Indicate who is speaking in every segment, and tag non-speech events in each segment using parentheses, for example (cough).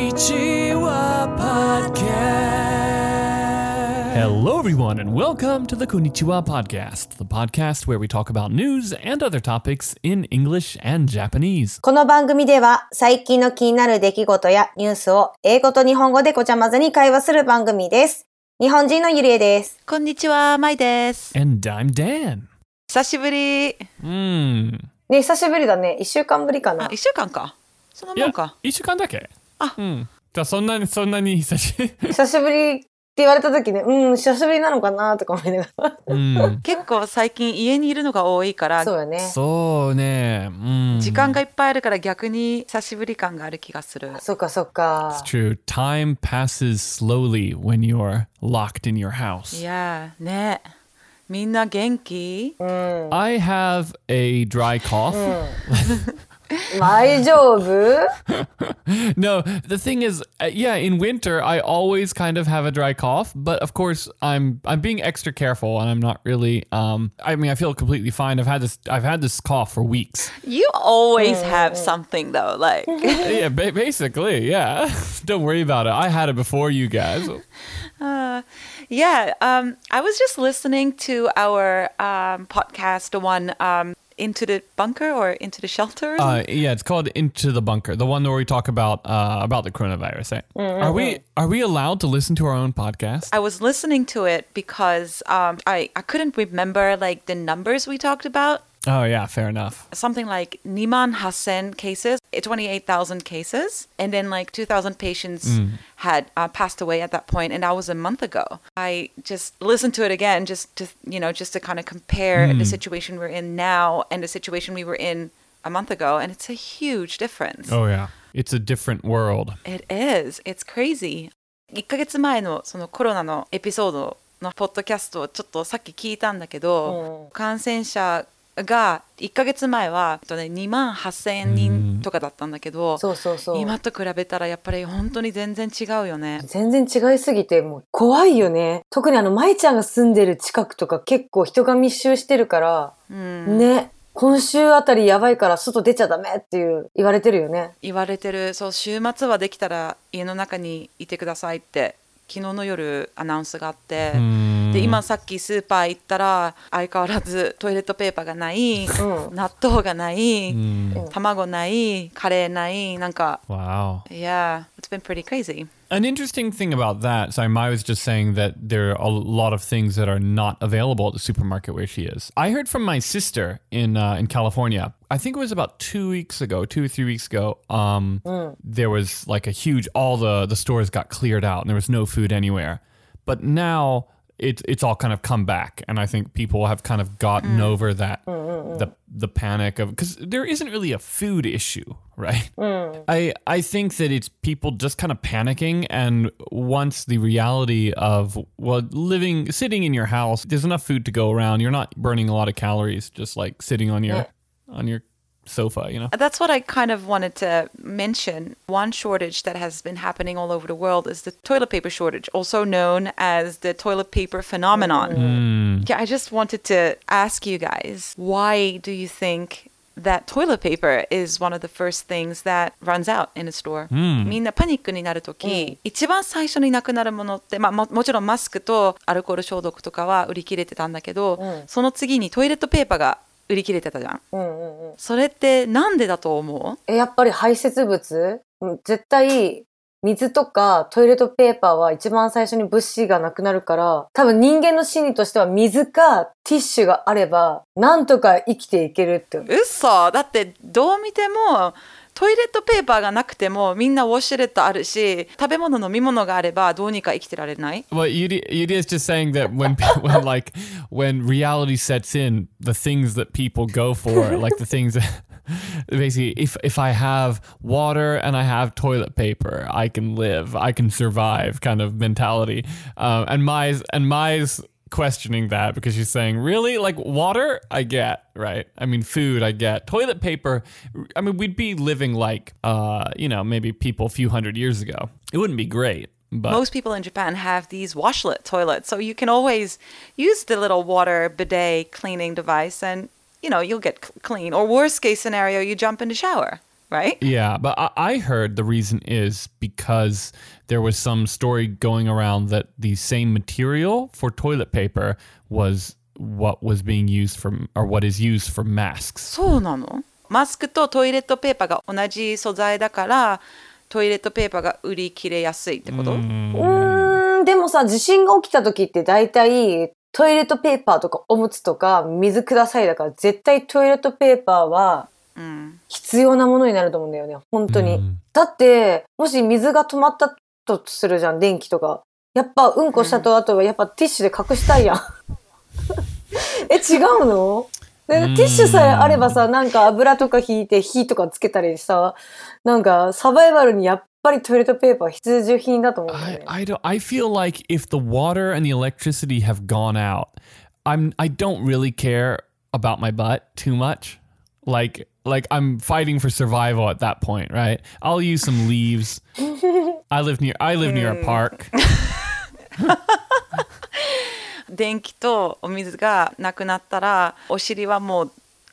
Speaker 1: Konnichiwa Podcast.
Speaker 2: Hello, everyone, and welcome to the Konnichiwa Podcast, the podcast where we talk about news and other topics in English and Japanese.
Speaker 3: この番組では最近の気になる出来事やニュースを英語と日本語でごちゃ混ぜに会話する番組です。日本人のゆりえです。
Speaker 4: こんにちは、まいです。
Speaker 2: And I'm Dan.
Speaker 4: 久しぶり。
Speaker 2: Mmm.
Speaker 3: ね、久しぶりだね。一週間ぶりかな
Speaker 4: あ、。一週間か。そのもんか。
Speaker 2: いや、一週間だけ。
Speaker 4: あ。
Speaker 2: Hmm. (laughs) うん。じゃあ、そんなに、そんなに久しい。うん。
Speaker 3: 久しぶりって言われた時ね、うん、久しぶりなのかなとか思いながら。
Speaker 2: Hmm.
Speaker 4: 結構最近家にいるのが多いから、
Speaker 3: (laughs) そうよね。
Speaker 2: そうね。うん。
Speaker 4: 時間がいっぱいあるから逆に久しぶり感がある気がする。
Speaker 3: そっかそっ
Speaker 2: It's
Speaker 3: か。
Speaker 2: true. Time passes slowly when you're locked in your house.
Speaker 4: いやー、ね。みんな元気
Speaker 3: うん。
Speaker 2: I have a dry cough.
Speaker 3: 大丈夫
Speaker 2: No, the thing is, uh, yeah, in winter I always kind of have a dry cough, but of course I'm I'm being extra careful and I'm not really um I mean I feel completely fine. I've had this I've had this cough for weeks.
Speaker 4: ?You always have something though,
Speaker 3: (laughs)
Speaker 4: like. (laughs)
Speaker 2: yeah, ba- basically, yeah. (laughs) Don't worry about it. I had it before you guys.
Speaker 4: Uh, yeah, um, I was just listening to our um, podcast, the one um, Into the Bunker or Into the Shelter.
Speaker 2: Uh, yeah, it's called Into the Bunker, the one where we talk about uh, about the coronavirus. Right? Are we are we allowed to listen to our own podcast?
Speaker 4: I was listening to it because um, I, I couldn't remember like the numbers we talked about.
Speaker 2: Oh yeah, fair enough.
Speaker 4: Something like Niman Hassan cases, eh, 28,000 cases, and then like 2,000 patients had uh, passed away at that point, and that was a month ago. I just listened to it again, just to you know, just to kind of compare the situation we're in now and the situation we were in a month ago, and it's a huge difference.
Speaker 2: Oh yeah. It's a different world.
Speaker 4: It is. It's crazy. 1ヶ月前のそのコロナのエピソードのポッドキャストをちょっとさっき聞いたんだけど、感染者が1ヶ月前は、えっとね、2万8,000人とかだったんだけど、
Speaker 3: そうそうそう。
Speaker 4: 今と比べたらやっぱり本当に全然違うよね。
Speaker 3: 全然違いすぎて、もう怖いよね。特にあの、舞ちゃんが住んでる近くとか結構人が密集してるから、
Speaker 4: うん、
Speaker 3: ね、今週あたりやばいから外出ちゃダメっていう言われてるよね。
Speaker 4: 言われてるそう週末はできたら家の中にいてくださいって昨日の夜アナウンスがあって。で今さっきスーパー行ったら相変わらずトイレットペーパーがない、
Speaker 3: う
Speaker 4: 納豆がない、
Speaker 3: うん
Speaker 4: 卵ないカレーないなんか
Speaker 2: Wow.
Speaker 4: Yeah, it's been pretty crazy.
Speaker 2: An interesting thing about that, sorry, Mai was just saying that there are a lot of things that are not available at the supermarket where she is. I heard from my sister in uh, in California. I think it was about two weeks ago, two or three weeks ago. Um, There was like a huge, all the the stores got cleared out, and there was no food anywhere. But now it's it's all kind of come back, and I think people have kind of gotten over that the the panic of because there isn't really a food issue, right? I I think that it's people just kind of panicking, and once the reality of well, living sitting in your house, there's enough food to go around. You're not burning a lot of calories just like sitting on your on your sofa, you know.
Speaker 4: That's what I kind of wanted to mention. One shortage that has been happening all over the world is the toilet paper shortage, also known as the toilet paper phenomenon.
Speaker 2: Hmm.
Speaker 4: Yeah, I just wanted to ask you guys, why do you think that toilet paper is one of the first things that runs out in a store?、みんなパニックになるとき、一番最初になくなるものって、まあも、もちろんマスクとアルコール消毒とかは売り切れてたんだけど、その次にトイレットペーパーが売り切れてたじゃん。
Speaker 3: うんうんうん。
Speaker 4: それってなんでだと思
Speaker 3: え、やっぱり排泄物うん絶対、水とかトイレットペーパーは一番最初に物資がなくなるから、多分人間の心理としては水かティッシュがあれば、なんとか生きていけるって。
Speaker 4: う嘘だってどう見てもトイレットペーパーがなくてもみんなウォシュレットあるし食べ物飲み物があればどうにか生きてられない
Speaker 2: Well, Yudi Yudi is just saying that when (laughs) when like when reality sets in, the things that people go for, like the things that (laughs) basically if if I have water and I have toilet paper, I can live, I can survive, kind of mentality. Um, and Mai's and Mai's questioning that because she's saying, really, like water, I get right. I mean, food, I get toilet paper. I mean, we'd be living like uh, you know maybe people a few hundred years ago. It wouldn't be great. But
Speaker 4: Most people in Japan have these washlet toilets so you can always use the little water bidet cleaning device and you know you'll get c- clean or worst case scenario you jump in the shower right?
Speaker 2: Yeah, but I, I heard the reason is because there was some story going around that the same material for toilet paper was what was being used for or what is used for masks.
Speaker 4: そうなのマスクとトイレットペーパーが同じ素材だからトイレットペーパーが売り切れやすいってこと、
Speaker 3: うーん、でもさ、地震が起きた時って大体、トイレットペーパーとかおむつとか水くださいだから、絶対トイレットペーパーは
Speaker 4: うん、
Speaker 3: 必要なものになると思うんだよね、本当に。だって、もし水が止まったとするじゃん、電気とか。やっぱ、うんこしたと後は、やっぱティッシュで隠したいやん。 (laughs) え、違うので
Speaker 2: うん
Speaker 3: ティッシュさえあればさ、なんか油とか引いて火とかつけたりさ、なんかサバイバルにやっぱりトイレットペーパーは必需品だと思うんだよ
Speaker 2: I, I
Speaker 3: ね。
Speaker 2: don't I feel like if the water and the electricity have gone out, I'm I don't really care about my butt too much. Like like I'm fighting for survival at that point, right? I'll use some leaves. I live near I live near a park.
Speaker 4: 電気とお水がなくなったらお尻はもう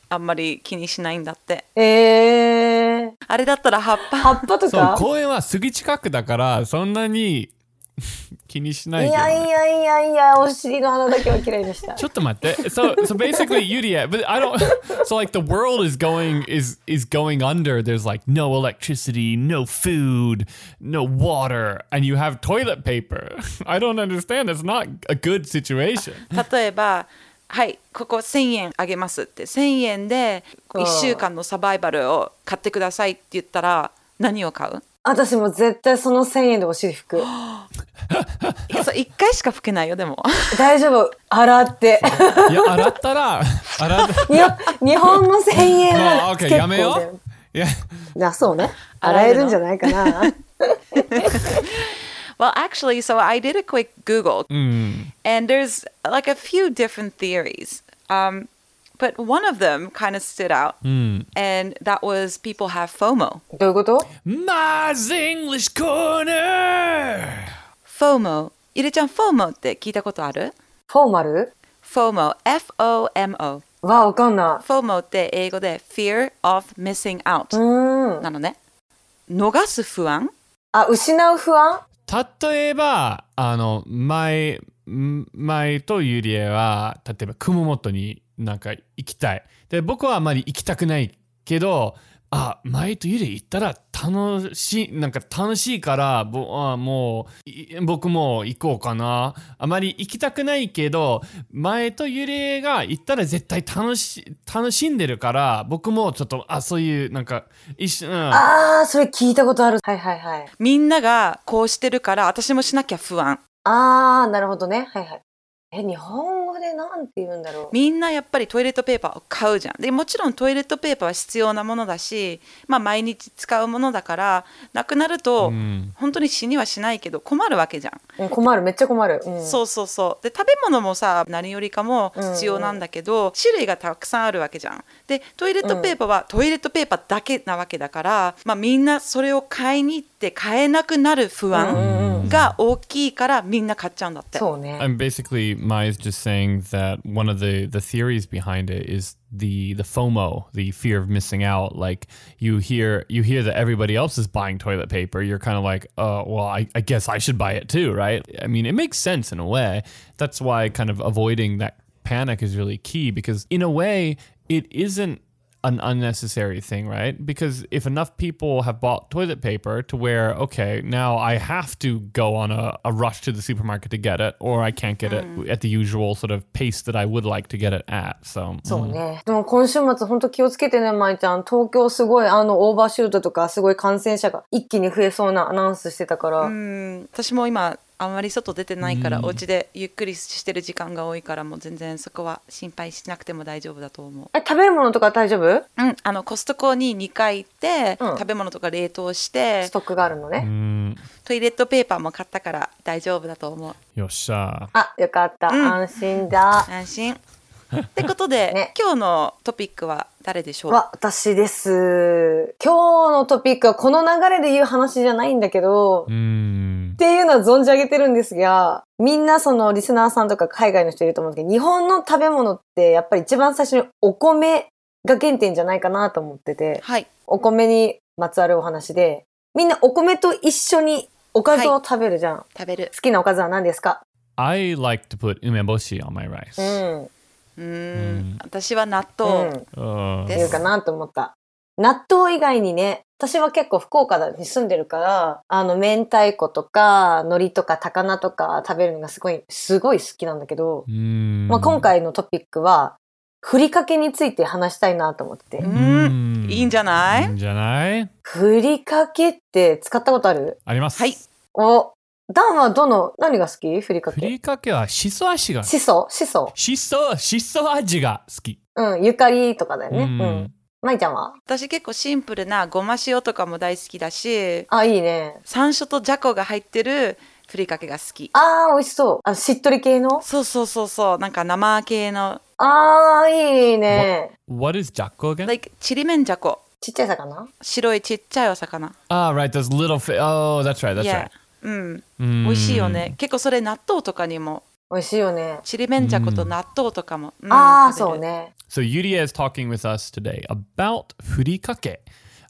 Speaker 4: あんまり気にしないんだって
Speaker 3: えー、
Speaker 4: あれだったら葉っ
Speaker 3: 葉
Speaker 4: ぱ
Speaker 3: っぱと
Speaker 2: そう
Speaker 3: か
Speaker 2: 公園はすぐ近くだからそんなに (laughs) 気にしない
Speaker 3: い
Speaker 2: けど、
Speaker 3: やい
Speaker 2: ね。
Speaker 3: やいやいや、お尻の穴だけは嫌いで
Speaker 2: (laughs)
Speaker 3: した。
Speaker 2: ちょっと待って。So so basically Yuria, but I don't (laughs) so like the world is going is is going under. There's like no electricity, no food, no water, and you have toilet paper. (laughs) I don't understand. That's not a good
Speaker 3: (laughs)
Speaker 2: situation.
Speaker 4: 例えばはいここ1000円あげますって1000円で
Speaker 3: ん
Speaker 4: 1週間のサバイバルを買ってくださいって言ったら何を買う
Speaker 3: 私も絶対その1000円でお尻拭く。
Speaker 4: いやそう1回しか拭けないよで (laughs) も
Speaker 3: 大丈夫、洗って。
Speaker 2: いや洗ったら洗っ
Speaker 3: (laughs) に日本の1000円
Speaker 2: まあ
Speaker 3: は
Speaker 2: OK
Speaker 3: 結構
Speaker 2: やめ
Speaker 3: だ
Speaker 2: よう。いや
Speaker 3: いやそうね
Speaker 4: 洗
Speaker 3: 洗
Speaker 4: え
Speaker 3: え
Speaker 4: る
Speaker 3: る
Speaker 4: の
Speaker 3: んじゃない
Speaker 2: (laughs)
Speaker 3: かな
Speaker 4: Well actually so I did a quick Google、and there's like a few different theories um, but one of them kind of stood out、and that was people have FOMO
Speaker 3: どういうこと
Speaker 2: Ma's English Corner.
Speaker 4: FOMO ゆりちゃん FOMO って聞いたことある
Speaker 3: フォーマル
Speaker 4: FOMO F-O-M-O
Speaker 3: わあわかんな
Speaker 4: FOMO って英語で Fear of Missing
Speaker 3: いう
Speaker 4: Out
Speaker 3: ーん
Speaker 4: なのね逃す不安
Speaker 3: あ失う不安
Speaker 2: 例えばあの前前とユリエは例えば熊本になんか行きたいで僕はあまり行きたくないけどあ前とユリエ行ったら楽しいなんか楽しいからぼあもうい僕も行こうかなあまり行きたくないけど前とユリエが行ったら絶対楽し楽しんでるから僕もちょっとあそういうなんか一緒、うん、
Speaker 3: あーそれ聞いたことあるはいはいはい
Speaker 4: みんながこうしてるから私もしなきゃ不安
Speaker 3: あーなるほどねはいはいえ日本語でなんて言うんだろう
Speaker 4: みんなやっぱりトイレットペーパーを買うじゃんでもちろんトイレットペーパーは必要なものだし、まあ、毎日使うものだからなくなると、
Speaker 2: うん
Speaker 4: 本当に死にはしないけど困るわけじゃん、
Speaker 3: うん困るめっちゃ困る、うん、
Speaker 4: そうそうそうで食べ物もさ何よりかも必要なんだけど、種類がたくさんあるわけじゃんでトイレットペーパーはトイレットペーパーだけなわけだから、まあ、みんなそれを買いに行って買えなくなる不安が大きいからみんな買っちゃうんだって。
Speaker 3: そうね
Speaker 2: I'm basically Maya's just saying that one of the the theories behind it is the the FOMO, the fear of missing out. Like you hear you hear that everybody else is buying toilet paper, you're kind of like, oh well, I, I guess I should buy it too, right? I mean, it makes sense in a way. That's why kind of avoiding that panic is really key because in a way it isn't an unnecessary thing, right? Because if enough people have bought toilet paper to where, okay, now I have to go on a, a rush to the supermarket to get it, or I can't get it at the usual sort of pace that I would like to get it at. So,
Speaker 3: そうね。でも今週末本当気をつけてね、まいちゃん。東京すごいあのオーバーシュートとかすごい感染者が一気に増えそうなアナウンスしてたから。
Speaker 4: うん私も今あんまり外出てないから、お家でゆっくりしてる時間が多いからもう全然そこは心配しなくても大丈夫だと思う、
Speaker 3: え、食べるものとか大丈夫
Speaker 4: うん、あのコストコに2回行って、
Speaker 3: うん
Speaker 4: 食べ物とか冷凍して
Speaker 3: ストックがあるのね。
Speaker 2: mm,
Speaker 4: トイレットペーパーも買ったから大丈夫だと思う
Speaker 2: yosha.
Speaker 3: あ、よかった。
Speaker 4: うん
Speaker 3: 安心だ。
Speaker 4: 安 (laughs) 心ってことで、
Speaker 3: ね
Speaker 4: 今日のトピックは誰でしょう
Speaker 3: わ、私です。今日のトピックはこの流れで言う話じゃないんだけど、っ
Speaker 2: Mm,
Speaker 3: ていうのは存じ上げてるんですが、みんなそのリスナーさんとか海外の人いると思うんですけど、日本の食べ物ってやっぱり一番最初にお米が原点じゃないかなと思ってて。
Speaker 4: はい
Speaker 3: お米にまつわるお話で、みんなお米と一緒におかずを食べるじゃん。
Speaker 4: 食べる
Speaker 3: 好。きなおかずは何ですか
Speaker 2: I like to put umeboshi on my rice.
Speaker 3: うん。
Speaker 4: うーん。私は納
Speaker 3: うん。
Speaker 4: 豆。
Speaker 3: っ
Speaker 2: Uh,
Speaker 3: ていうかなと思った。納豆以外にね、私は結構福岡に住んでるから、あの、明太子とか、海苔とか、高菜とか食べるのがすごい、すごい好きなんだけど、
Speaker 2: mm.
Speaker 3: まあ、今回のトピックは、ふりかけについて話したいなと思って。
Speaker 2: Mm.
Speaker 4: うん。いいんじゃない
Speaker 2: いいんじゃないあります。
Speaker 3: ふりかけって使ったことある
Speaker 4: はい。
Speaker 3: お、ダンはどの、何が好きふりかけ。
Speaker 2: ふりかけはしそ味が。しそ、しそ味が好き。
Speaker 3: しそしそうん、ゆかりとかだよね。うん。
Speaker 2: Mm.
Speaker 3: まいちゃんは
Speaker 4: 私結構シンプルなごま塩とかも大好きだし、
Speaker 3: あ、いいね。
Speaker 4: 山椒とじゃこが入ってるふりかけが好き。
Speaker 3: あー、美味しそう。あの、しっとり系の
Speaker 4: そうそうそうそう。なんか生系の、
Speaker 3: あー、いいね。
Speaker 2: What is jacko again?
Speaker 4: like ちりめんじゃこ。
Speaker 3: ちっちゃい魚
Speaker 4: 白いちっちゃいお魚。
Speaker 2: ah, right, those little fi- Oh, that's right, that's
Speaker 4: Yeah.
Speaker 2: right.
Speaker 4: うん。
Speaker 2: Mm.
Speaker 4: 美味しいよね。結構それ納豆とかにも、
Speaker 3: 美味しいよね。
Speaker 4: ちりめんじゃこと納豆とかも。うん
Speaker 3: あー、
Speaker 4: 食
Speaker 3: そ
Speaker 4: べ
Speaker 3: う
Speaker 4: る
Speaker 3: ね。
Speaker 2: So Yuria is talking with us today about furikake.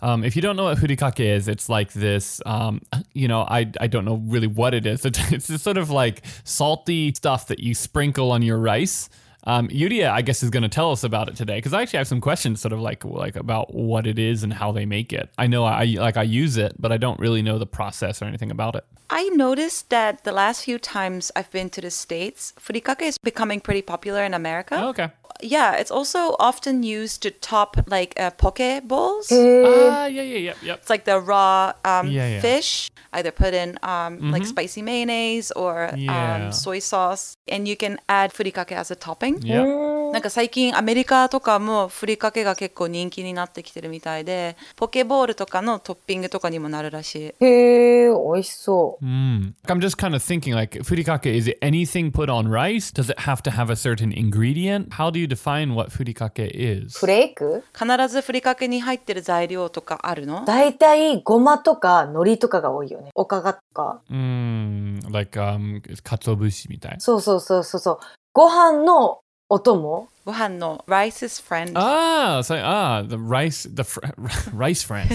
Speaker 2: Um, if you don't know what furikake is, it's like this. Um, you know, I I don't know really what it is. (laughs) It's, it's this sort of like salty stuff that you sprinkle on your rice. Um, Yuria, I guess, is going to tell us about it today because I actually have some questions, sort of like like about what it is and how they make it. I know I like I use it, but I don't really know the process or anything about it.
Speaker 4: I noticed that the last few times I've been to the States, furikake is becoming pretty popular in America.
Speaker 2: Oh, okay.
Speaker 4: Yeah, it's also often used to top like uh, poke bowls.
Speaker 3: へー。
Speaker 2: Ah, yeah, yeah, yeah, yep.
Speaker 4: It's like the raw um,
Speaker 2: Yeah, yeah. Mm-hmm.
Speaker 4: fish, either put in um, like spicy mayonnaise or
Speaker 2: Yeah.
Speaker 4: um, soy sauce, and you can add furikake as a topping.
Speaker 2: Yeah.
Speaker 3: Mm.
Speaker 4: なんか最近アメリカとかもふりかけが結構人気になってきてるみたいでポケボールとかのトッピングとかにもなるらしい
Speaker 3: へー、美味しそう。
Speaker 2: Mm. I'm just kind of thinking like furikake is it anything put on rice? Does it have to have a certain ingredient? How do you define what furikake is?
Speaker 3: フレーク
Speaker 4: 必ずふりかけに入ってる材料とかあるの
Speaker 3: だいたいごまとか海苔とかが多いよね。おかがとか。
Speaker 2: mm, like um katsuobushi mitai.
Speaker 3: そうそうそうそうそう。ご飯のお (laughs) 供
Speaker 4: ご飯の Rice is friend
Speaker 2: Ah, so ah, the rice the fr- (laughs) rice friend.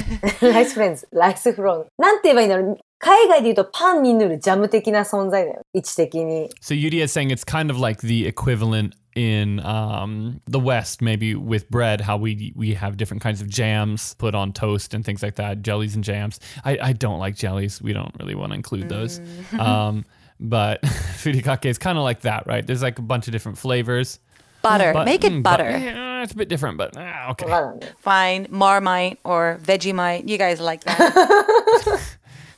Speaker 3: ライスフレンズ、ライスフロン。なんて言えばいいんだろう。海外で言うとパンに塗るジャム的な存在だよ。位置的に。
Speaker 2: so Yuri is saying it's kind of like the equivalent in um, the West, maybe with bread, how we we have different kinds of jams put on toast and things like that, jellies and jams. I, I don't like jellies. We don't really want to include those.
Speaker 4: Mm.
Speaker 2: um, but (laughs) furikake is kind of like that, right? There's like a bunch of different flavors.
Speaker 4: butter
Speaker 2: But-
Speaker 4: make it
Speaker 2: mm, but-
Speaker 4: butter
Speaker 2: yeah, it's a bit different, but ah,
Speaker 3: わ
Speaker 2: okay.
Speaker 3: からんね。
Speaker 4: fine marmite or vegemite you guys like
Speaker 2: (laughs)
Speaker 4: that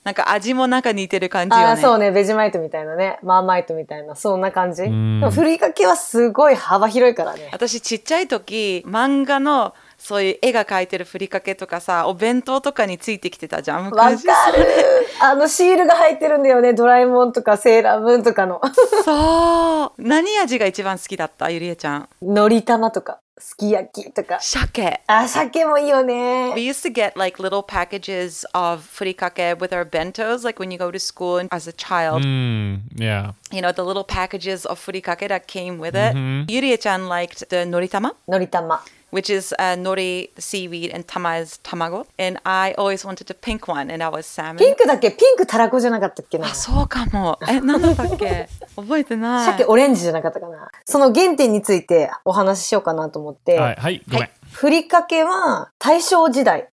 Speaker 4: なんか味もなんか似てる感じ
Speaker 3: ああ、そ
Speaker 4: よ
Speaker 3: うね。
Speaker 4: ね
Speaker 3: ベジマイトみたいなね。マーマイトみたいな。そんな感じ。でもふりかけはすごい幅広いからね。
Speaker 4: 私ちっちゃい時漫画のそういう絵が描いてるふりかけとかさお弁当とかについてきてたじゃん
Speaker 3: わか
Speaker 4: 昔
Speaker 3: るあのシールが入ってるんだよね。ドラえもんとかセーラームーンとかの。 (laughs)
Speaker 4: そう何味が一番好きだったゆりえちゃん
Speaker 3: のり玉とか、すき焼きとか。
Speaker 4: 鮭
Speaker 3: あ、鮭もいいよ
Speaker 4: We
Speaker 3: ね。
Speaker 4: used to get like little packages of furikake with our bentos, like when you go to school and as a child,
Speaker 2: Mm, yeah.
Speaker 4: you know, the little packages of furikake that came with it. Yurie-chan liked the noritama,
Speaker 3: のり玉。
Speaker 4: which is uh, nori seaweed and tama is tamago. And I always wanted the pink one, and I was
Speaker 3: ピン
Speaker 4: salmon. Ah,
Speaker 3: クだっけピンクたらこじゃなかったっけな
Speaker 4: あ、そうかも。え、なんだったっけ Eh, 覚えてない。
Speaker 3: 鮭オレンジじゃなかったかな。その原点についてお話ししようかなと思って。
Speaker 2: All right. Hi. Go back.
Speaker 3: ふりかけは大正時代。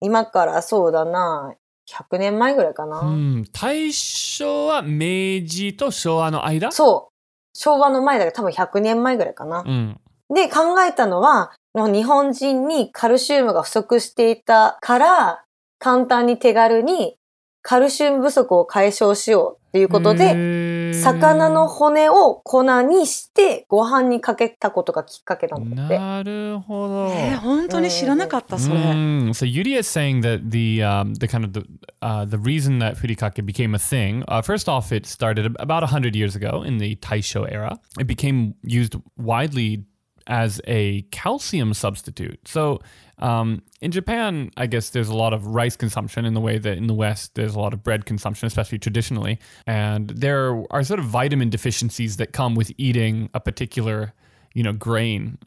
Speaker 3: 今からそうだな、100年前ぐらいかな。
Speaker 2: Mm, Taisho wa meiji to showa no aida.
Speaker 3: そう。昭和の前だから多分100年前ぐらいかな。
Speaker 2: Mm.
Speaker 3: で、考えたのは、もう日本人にカルシウムが不足していたから、簡単に手軽にカルシウム不足を解消しようっていうことで、
Speaker 2: へー
Speaker 3: 魚の骨を粉にしてご飯にかけたことがきっかけなんだって。
Speaker 2: なるほど。
Speaker 4: え、本当に知らなかった、それ。
Speaker 2: Mm, so Yuri is saying that the um, the kind of the uh, the reason that furikake became a thing. Uh, first off, it started about hundred years ago in the Taisho era. It became used widely as a calcium substitute. So um, in Japan, I guess there's a lot of rice consumption in the way that in the West there's a lot of bread consumption, especially traditionally. And there are sort of vitamin deficiencies that come with (laughs) eating a particular you know grain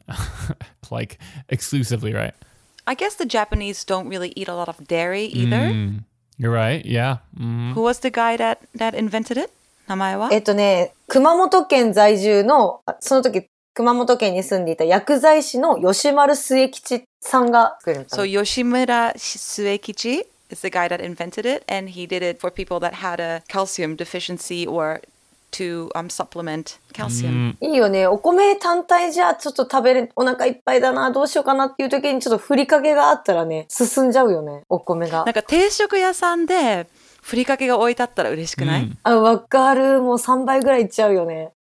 Speaker 2: like exclusively right
Speaker 4: I guess the Japanese don't really eat a lot of dairy either.
Speaker 2: Mm. You're right. Yeah. Mm.
Speaker 4: Who was the guy that, that invented it? 名前は
Speaker 3: えっとね、熊本県在住の、あその時、熊本県に住んでいた薬剤師の吉丸末吉さんが作るんです
Speaker 4: So Yoshimura Suekichi is the guy that invented it, and he did it for people that had a calcium deficiency or to um, supplement calcium.
Speaker 3: いいよね。お米単体じゃちょっと食べれ、お腹いっぱいだな、どうしようかなっていう時にちょっとふりかけがあったらね、進んじゃうよね、お米が
Speaker 4: なん。か定食屋さんでふりかけが置いてあったら嬉しくない、
Speaker 3: あ、わかる。もう3倍ぐらいいっちゃうよね。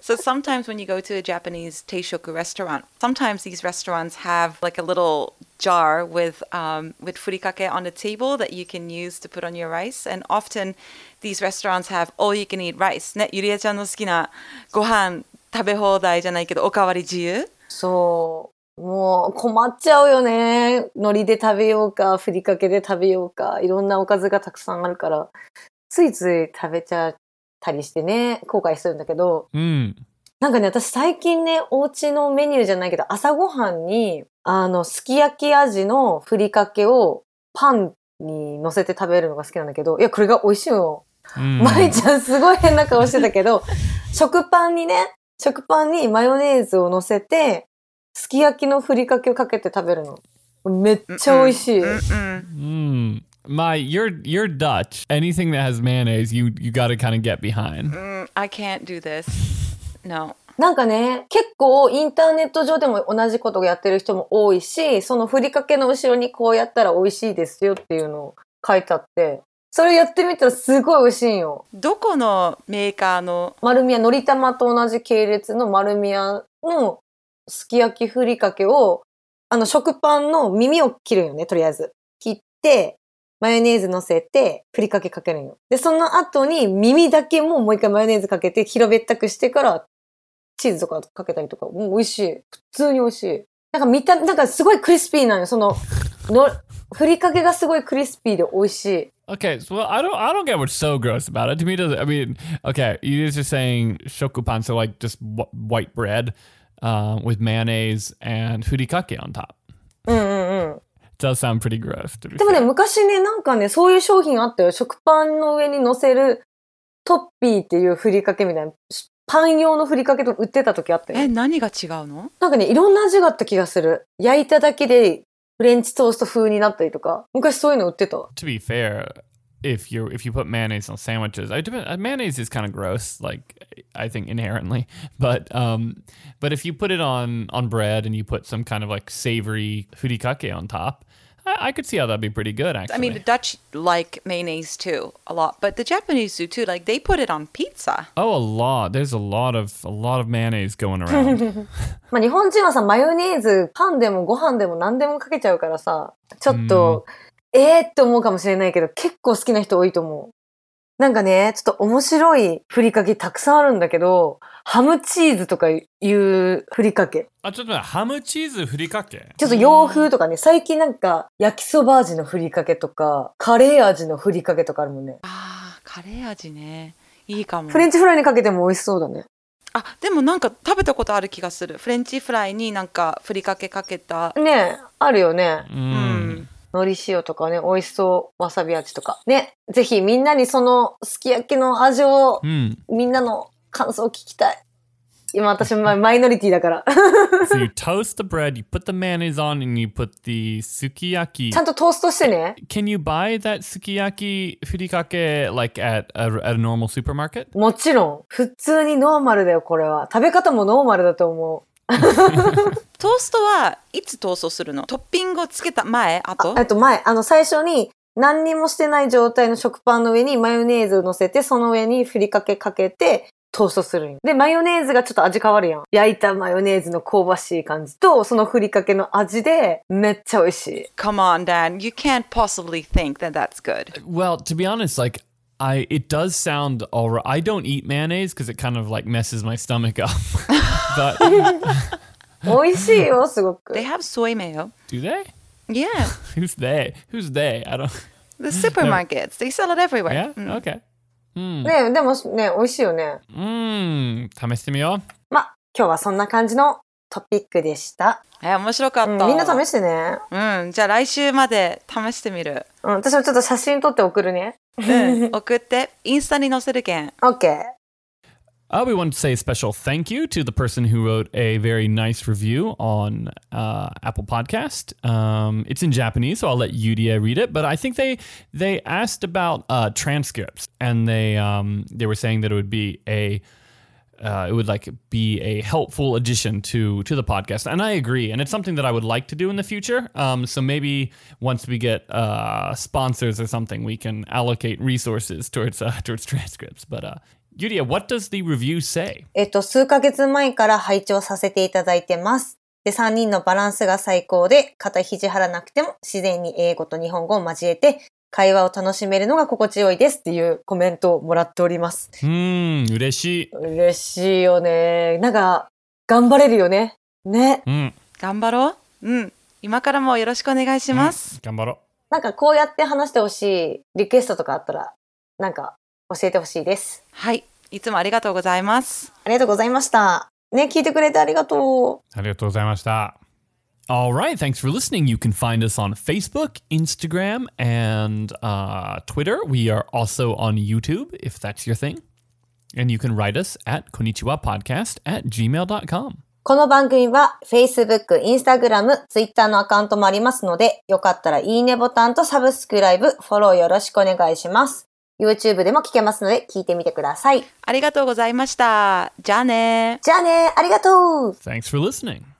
Speaker 4: So sometimes when you go to a Japanese teishoku restaurant, sometimes these restaurants have like a little jar with um, with furikake on the table that you can use to put on your rice. And often these restaurants have all you can eat rice. ね、ゆりえちゃんの好きなご飯食べ放題じゃないけどおかわり自由。
Speaker 3: そう。もう困っちゃうよね。海苔で食べようか、ふりかけで食べようか、いろんなおかずがたくさんあるから、ついつい食べちゃったりしてね、後悔するんだけど、
Speaker 2: Mm.
Speaker 3: なんかね、私最近ね、お家のメニューじゃないけど、朝ごはんに、あの、すき焼き味のふりかけをパンに乗せて食べるのが好きなんだけど、いや、これが美味しいの。
Speaker 2: Mm.
Speaker 3: まいちゃんすごい変な顔してたけど、食パンにね、食パンにマヨネーズを乗せて、すき焼きのふりかけをかけて食べるの。めっちゃ美味しい。
Speaker 2: Mm. My, you're you're Dutch. Anything that has mayonnaise, you you got to kind of get behind.
Speaker 4: Mm, I can't do this. No.
Speaker 3: なんかね、結構インターネット上でも同じことをやってる人も多いし、そのふりかけの後ろにこうやったら美味しいですよっていうのを書いてあって、それやってみたらすごい美味しいんよ。
Speaker 4: どこのメーカーの
Speaker 3: 丸宮、のり玉と同じ系列の丸宮のすき焼きふりかけを、あの食パンの耳を切るんよね、とりあえず。切って、マヨネーズ乗せて、ふりかけかけるんよ。で、その後に耳だけももう一回マヨネーズかけて、広べったくしてから、チーズとかかけたりとか、もう美味しい。普通に美味しい。なんか見た、なんかすごいクリスピーなのよ、その、の、ふりかけがすごいクリスピーで美味しい。
Speaker 2: Okay, so well, I don't I don't get what's so gross about it. To me, it doesn't I mean? Okay, you guys are saying shokupan, so like just wh- white bread uh, with mayonnaise and furikake on top.
Speaker 3: うんうんうん。
Speaker 2: does sound pretty gross. To be
Speaker 3: でも
Speaker 2: fair.
Speaker 3: ね、昔ね、なんかね、そういう商品あったよ。食パンの上に乗せるトッピーっていうふりかけみたいな。しパン用のふりかけと売ってた時あった
Speaker 4: え
Speaker 3: よ。
Speaker 4: 何が違うの
Speaker 3: なんかね、いろんな味があった気がする。焼いただけでフレンチトースト風になったりとか。昔そういうの売ってた。
Speaker 2: to be fair, if you if you put mayonnaise on sandwiches, I depend, uh, mayonnaise is kind of gross, like I think inherently. (laughs) But um, but if you put it on on bread and you put some kind of like savory furikake on top, I, I could see how that'd be pretty good. Actually,
Speaker 4: I mean, the Dutch like mayonnaise too a lot, but the Japanese do too. Like they put it on pizza.
Speaker 2: oh, a lot. There's a lot of a lot of mayonnaise
Speaker 4: (laughs)
Speaker 2: going around.
Speaker 3: まあ日本人はさ、マヨネーズ、パンでもご飯でも何でもかけちゃうからさ、ちょっと、えーって思うかもしれないけど、結構好きな人多いと思う。なんかね、ちょっと面白いふりかけたくさんあるんだけど、ハムチーズとかいうふりかけ。
Speaker 2: I just hamu cheese furikake.
Speaker 3: ちょっと洋風とかね、最近なんか焼きそば味のふりかけとか、カレー味のふりかけとかあるもんね。
Speaker 4: ああ、カレー味ね。いいかも
Speaker 3: フ。レンチフライにかけても美味しそうだね。
Speaker 4: あ、でもなんか食べたことある気がする。フレンチフライになんかふりかけかけた。
Speaker 3: ねえ、あるよね。
Speaker 2: Mm.
Speaker 4: うん。
Speaker 3: 海苔塩とかね、美味しそう。わさび味とか。ね、ぜひみんなにそのすき焼きの味を、
Speaker 2: Mm.
Speaker 3: みんなの感想を聞きたい。今私もマイノリティだから。
Speaker 2: so you toast the bread, you put the mayonnaise on, and you put the
Speaker 4: (laughs)
Speaker 2: sukiyaki
Speaker 3: ちゃんとトーストしてね。
Speaker 2: Can you buy that sukiyaki furikake like at a, at a normal supermarket?
Speaker 3: もちろん、普通にノーマルだよ、これは。食べ方もノーマルだと思う。
Speaker 4: トーストはいつトーストするのトッピングをつけた前あと
Speaker 3: えっと前、あの最初に何にもしてない状態の食パンの上にマヨネーズを乗せて、その上にふりかけかけて、トーストするんよで、マヨネーズがちょっと味変わるやん。焼いたマヨネーズの香ばしい感じと、そのふりかけの味で、めっちゃ美味しい。
Speaker 4: Come on, Dan. You can't possibly think that that's good.
Speaker 2: Well, to be honest, like I it does sound all right. I don't eat mayonnaise because it kind of like messes my stomach up. (laughs) but (laughs)
Speaker 3: 美味しいよ、すごく
Speaker 4: They。have soy mayo.
Speaker 2: do they?
Speaker 4: Yeah.
Speaker 2: Who's they? Who's they? I don't.
Speaker 4: The supermarkets. They sell it everywhere.
Speaker 2: Yeah.
Speaker 4: うん
Speaker 2: Okay. Hmm.
Speaker 3: ねでもね、美味しいよね。
Speaker 2: Mmm. Tamestimiyo.
Speaker 3: ま、今日はそんな感じのトピックでした。
Speaker 4: えー面白か
Speaker 3: う
Speaker 4: っ
Speaker 3: ん
Speaker 4: た。
Speaker 3: みんな試してね。
Speaker 4: うん、じゃあ来週まで試してみる。
Speaker 3: うん、私もちょっと写真撮って送るね。 (laughs)
Speaker 4: うん、送って、インスタに載せるけん。
Speaker 3: OK。
Speaker 2: Uh, we want to say a special thank you to the person who wrote a very nice review on uh, Apple Podcast. Um, it's in Japanese, so I'll let Yudia read it. But I think they they asked about uh, transcripts, and they um, they were saying that it would be a uh, it would like be a helpful addition to to the podcast, and I agree. And it's something that I would like to do in the future. Um, so maybe once we get uh, sponsors or something, we can allocate resources towards uh, towards (laughs) transcripts. But uh, Yulia, what does the review say?
Speaker 3: えっと、数ヶ月前から拝聴させていただいてます。で、3人のバランスが最高で、肩肘張らなくても自然に英語と日本語を交えて、会話を楽しめるのが心地よいですっていうコメントをもらっております。
Speaker 2: Hmm, ureshi.
Speaker 3: 嬉しいよね。なんか、頑張れるよね。ね。
Speaker 2: Hmm.
Speaker 4: 頑張ろう。うん。今からもよろしくお願いします。
Speaker 2: Gambaro.
Speaker 3: なんかこうやって話してほしいリクエストとかあったら、なんか教えてほしいです。
Speaker 4: はい。いつもありがとうございます。
Speaker 3: ありがとうございました。ね、聞いてくれてありがとう。
Speaker 2: All right, thanks for listening. You can find us on Facebook, Instagram, and uh, Twitter. We are also on YouTube, if that's your thing. And you can write us at konnichiwa podcast at gmail.com.
Speaker 3: この番組は Facebook、Instagram、Twitter のアカウントもありますので、よかったらいいねボタンとサブスクライブ、フォローよろしくお願いします。YouTube でも聞けますので、聞いてみてください。
Speaker 4: ありがとうございました。じゃあね
Speaker 3: じゃあね、ありがとう
Speaker 2: Thanks for listening.